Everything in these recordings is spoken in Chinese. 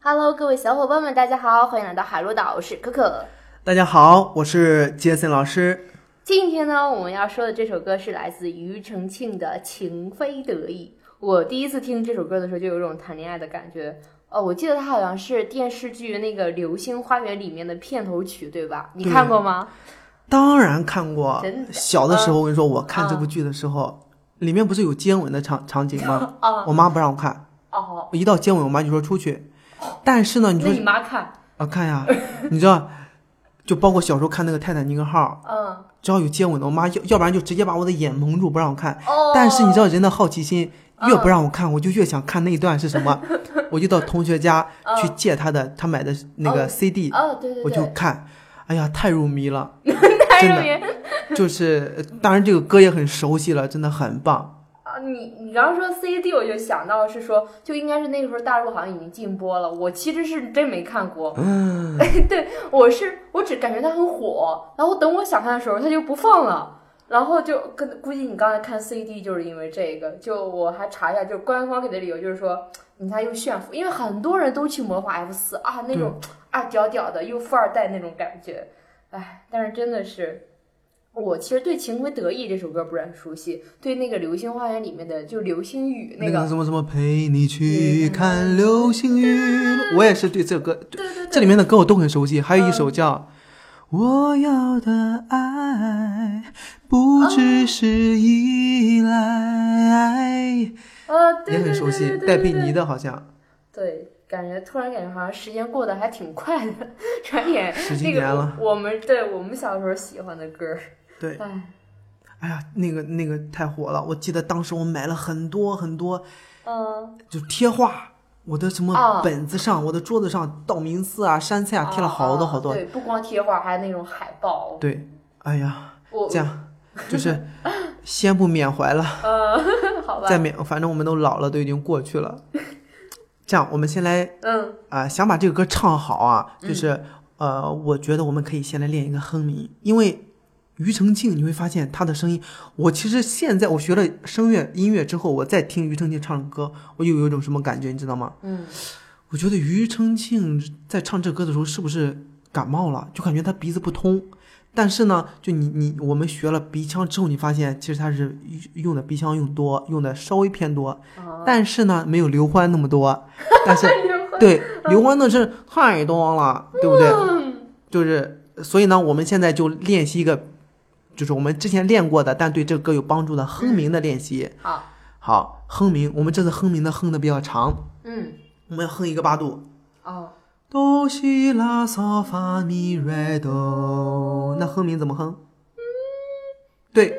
Hello，各位小伙伴们，大家好，欢迎来到海螺岛，我是可可。大家好，我是杰森老师。今天呢，我们要说的这首歌是来自庾澄庆的《情非得已》。我第一次听这首歌的时候，就有种谈恋爱的感觉。哦，我记得它好像是电视剧那个《流星花园》里面的片头曲，对吧？你看过吗？当然看过真的，嗯小的时候我跟你说，我看这部剧的时候，里面不是有接吻的场场景吗？ 啊，我妈不让我看，哦，我一到接吻，我妈就说 出去。但是呢，你那说你妈看，啊 看呀，你知道，就包括小时候看那个《泰坦尼克号嗯，》，只要有接吻的，我妈要要不然就直接把我的眼蒙住不让我看。哦，哎但是你知道人的好奇心越嗯不让我看，我就越想看那一段是什 么，我就到同学家去借他的他买的那嗯哦个 CD，哦，对对对，我就看，哎呀，太入迷了， 太真的入迷就是呃当然这个歌也很熟悉了，真的很棒。啊！你你刚刚说 CD，我就想到是说，就应该是那个时候大陆好像已经禁播了。我其实是真没看过，嗯，对 我是我只感觉它很火，然后等我想看的时候它就不放了，然后就跟估计你刚才看 CD 就是因为这个。就我还查一下，就是官方给的理由就是说，你看又炫富，因为很多人都去模仿 F 四啊那种啊屌屌的又富二代那种感觉，哎，但是真的是我其实对《情非得已》这首歌不是很熟悉，对那个《流星花园》里面的就流星雨那个，什么什么陪你去看流星雨，我也是对这歌对对嗯这对，里面的歌我都很熟悉，还有一首叫。我要的爱不只是依赖，呃，对对也很对熟悉对，对戴佩妮对的好像对，感觉突然感觉好像时间过得还挺快的，转眼十几那年个了。我我们对我们小时候喜欢的歌儿，对哎，哎呀，那个那个太火了，我记得当时我买了很多很多嗯，就贴画，我的什啊么本子上、我的桌子上、道明寺啊、山菜啊，贴了好多啊好多。对，不光贴画，还有那种海报，对，哎呀，我这样就是先不缅 怀了，呃，好吧再，缅，反正我们都老了，都已经过去了。这样，我们先来嗯，啊、想把这个歌唱好啊，嗯就是、呃，我觉得我们可以先来练一个哼鸣，因为庾澄庆你会发现他的声音，我其实现在我学了声乐音乐之后，我再听庾澄庆唱歌，我又有一种什么感觉，你知道吗？嗯，我觉得庾澄庆在唱这歌的时候是不是感冒了？就感觉他鼻子不通。但是呢，就你你我们学了鼻腔之后，你发现其实他是用的鼻腔用多，用的稍微偏多，啊，但是呢没有刘欢那么多。但是对刘欢那是太多了，对不对？就是所以呢，我们现在就练习一个，就是我们之前练过的，但对这个歌有帮助的哼鸣的练习。好，好，哼鸣，我们这次哼鸣的哼的比较长，嗯，我们要哼一个八度。哦，哆西拉嗦发咪瑞哆，那哼鸣怎么哼？对，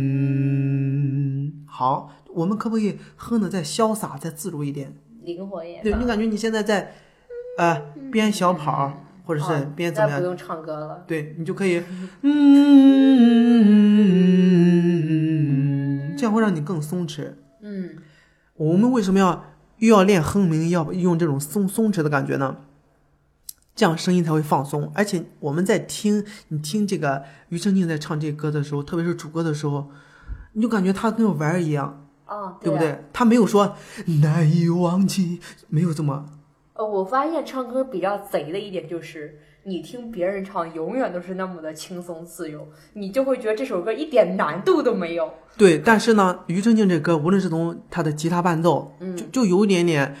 嗯，好，我们可不可以哼的再潇洒、再自如一点？灵活一点对吧，嗯你感觉你现在在，呃，编小跑儿，或者是啊编怎么那样不？用唱歌了，对你就可 以，嗯，这样会让你更松弛。嗯，我们为什么要又要练哼鸣，要用这种松松弛的感觉呢？这样声音才会放松，而且我们在听你听这个庾澄庆在唱这歌的时候，特别是主歌的时候，你就感觉他跟玩儿一样，啊，对不啊？对？他没有说难以忘记，没有这么呃，我发现唱歌比较贼的一点就是，你听别人唱永远都是那么的轻松自由，你就会觉得这首歌一点难度都没有。对。但是呢，庾澄庆这歌，无论是从他的吉他伴奏，嗯就就有一点点，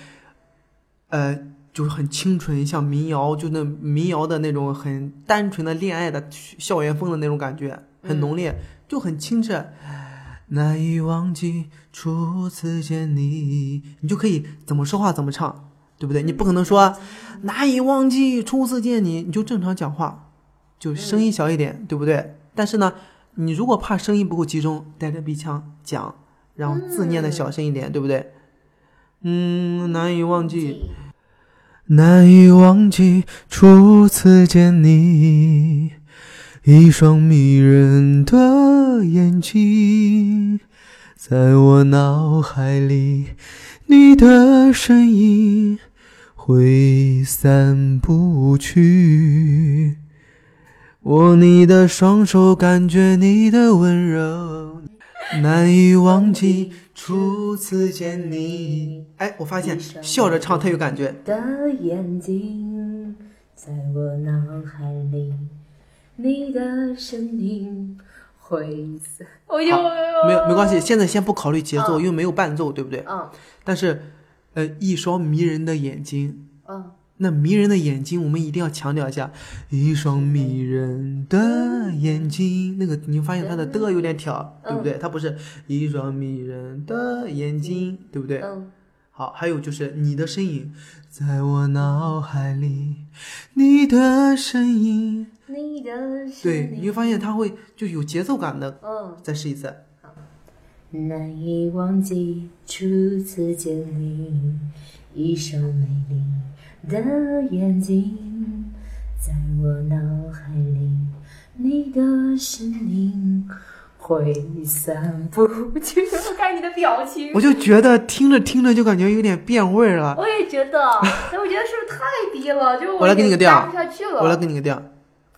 呃，就是很清纯，像民谣，就那民谣的那种很单纯的恋爱的校园风的那种感觉，很浓烈，就很清澈。难以忘记初次见你，你就可以怎么说话怎么唱，对不对？你不可能说难以忘记初次见你，你就正常讲话，就声音小一点，对不对？但是呢，你如果怕声音不够集中，带着鼻腔讲，然后字念的小声一点，对不对？嗯，难以忘记，难以忘记初次见你，一双迷人的眼睛，在我脑海里，你的身影挥散不去。握你的双手，感觉你的温柔。难以忘记初次见你。哎，我发现笑着唱特有感觉。的眼睛在我脑海里，你的身影灰色。我就没有没关系，现在先不考虑节奏，因为没有伴奏，对不对？嗯但是，呃，一双迷人的眼睛，嗯，那迷人的眼睛我们一定要强调一下，一双迷人的眼睛。那个你会发现它的的有点挑，嗯对不对？它不是一双迷人的眼睛，对不对？嗯，好，还有就是你的身影在我脑海里，你的身影，你的对，你会发现它会就有节奏感的。嗯，再试一次，难以忘记初次见你，一双美丽的眼睛在我脑海里，你的身影挥散不去。我看你的表情，我就觉得听着听着就感觉有点变味 儿了。我也觉得，哎，我觉得是不是太低了？就我来给你个调搭不下去了。我来给你个调。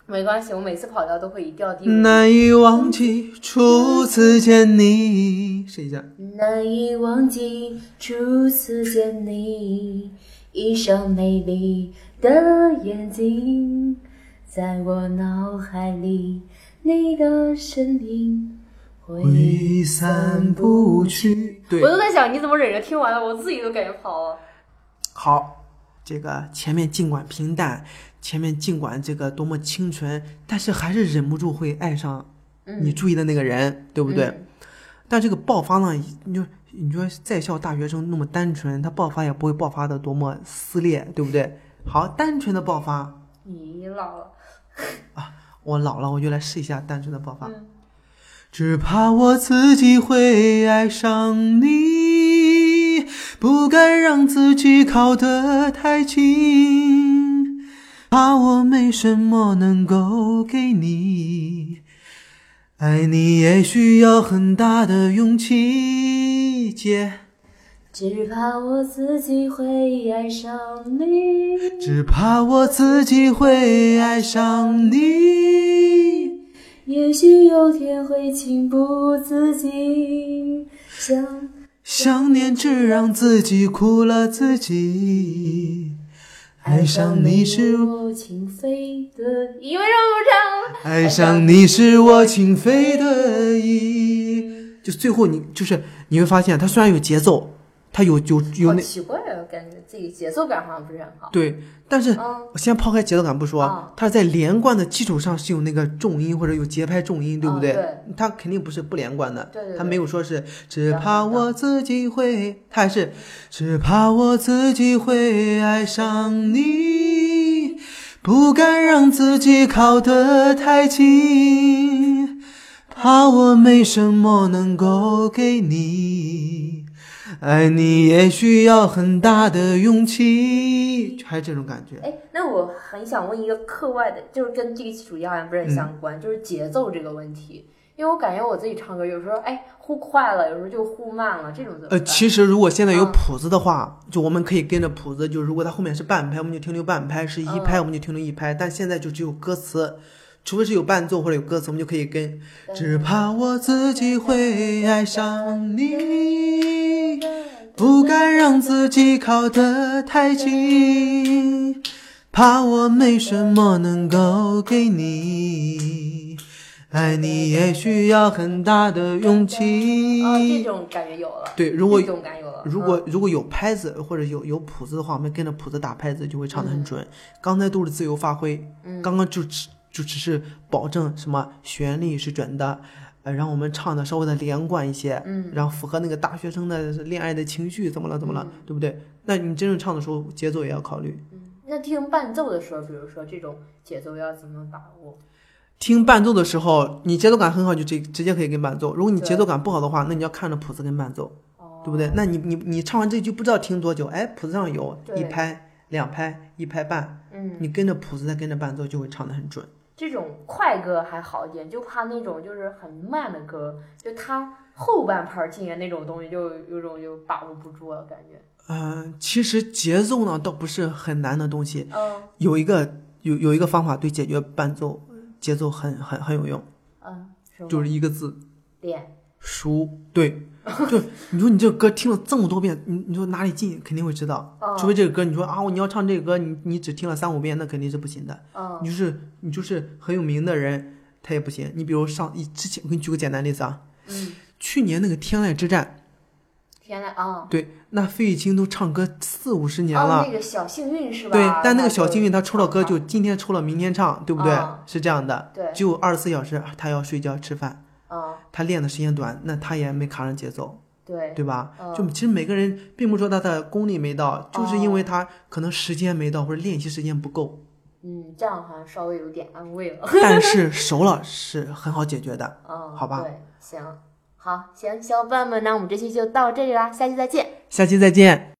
没关系，我每次跑调都会以调低为主。难以忘记初次见你，试一下。难以忘记初次见你，一双美丽的眼睛，在我脑海里，你的身影挥挥散不去。对我，都在想，你怎么忍着听完了，我自己都感觉跑了。好，这个前面尽管平淡，前面尽管这个多么清纯，但是还是忍不住会爱上你注意的那个人，对不对？但这个爆发呢，你就你说在校大学生那么单纯，他爆发也不会爆发的多么撕裂，对不对？好，单纯的爆发，啊你老了，我老了，我就来试一下单纯的爆发。嗯只怕我自己会爱上你，不敢让自己靠得太近，怕我没什么能够给你。爱你也需要很大的勇气，姐。只怕我自己会爱上你，只怕我自己会爱上你。也许有天会情不自禁，想想念只让自己苦了自己，爱上你是我情非得已。因为让我唱。爱上你是我情非得已。就最后你就是你会发现，它虽然有节奏，它有有有好那奇怪啊，感觉自己节奏感好像不是很好。对，但是嗯先抛开节奏感不说啊，它在连贯的基础上是有那个重音或者有节拍重音，对不啊对对？它肯定不是不连贯的对对，对它没有说是只怕我自己会，它还是只怕我自己会爱上你，不敢让自己靠得太近，怕我没什么能够给你。爱你也需要很大的勇气，还是这种感觉。哎，那我很想问一个课外的，就是跟这个主题好像不是很相嗯关，就是节奏这个问题。因为我感觉我自己唱歌有时候哎忽快了，有时候就忽慢了，这种怎么办？呃，其实如果现在有嗯谱子的话，就我们可以跟着谱子，就如果它后面是半拍，我们就停留半拍；是嗯一拍，我们就停留一拍。但现在就只有歌词，除非是有伴奏或者有歌词，我们就可以跟。只怕我自己会爱上你，不敢让自己靠得太近，怕我没什么能够给你。爱你也需要很大的勇气。啊，这种感觉有了。对如果这种感觉有了，嗯如果如果有拍子或者有有谱子的话，我们跟着谱子打拍子就会唱嗯得很准。刚才都是自由发挥，刚刚就只就只是保证什么旋律是准的，呃，让我们唱的稍微的连贯一些，嗯，然后符合那个大学生的恋爱的情绪，怎么了怎么了，对不对？那你真正唱的时候，节奏也要考虑。嗯那听伴奏的时候，比如说这种节奏要怎么把握？听伴奏的时候，你节奏感很好，就直直接可以跟伴奏。如果你对节奏感不好的话，那你要看着谱子跟伴奏。哦，对不对？那你你你唱完这句不知道停多久，哎，谱子上有对一拍、两拍、一拍半，嗯，你跟着谱子再跟着伴奏就会唱得很准。这种快歌还好一点，就怕那种就是很慢的歌，就它后半拍儿进来那种东西，就有种就把握不住了感觉。嗯、其实节奏呢倒不是很难的东西，嗯有一个有有一个方法对解决伴奏节奏很很很有用，嗯，是吗就是一个字练书，对，就你说你这个歌听了这么多遍，你你说哪里进肯定会知道，哦除非这个歌你说啊你要唱这个歌，你你只听了三五遍那肯定是不行的，嗯你就是你就是很有名的人他也不行，你比如上一之前我给你举个简单例子啊，嗯，去年那个天籁之战，天籁啊，对，那费玉清都唱歌四五十年了哦，，那个小幸运是吧？对，但那个小幸运，运他抽了歌好就今天抽了明天唱，对不对？啊是这样的，对，就二十四小时，他要睡觉吃饭，啊，他练的时间短，那他也没卡上节奏，对，对吧？嗯哦就其实每个人并不说他的功力没到，就是因为他可能时间没到或者练习时间不够， 嗯，这样好像稍微有点安慰了，但是熟了是很好解决的。嗯，好吧对，行，好，行，小伙伴们，那我们这期就到这里啦，下期再见。下期再见。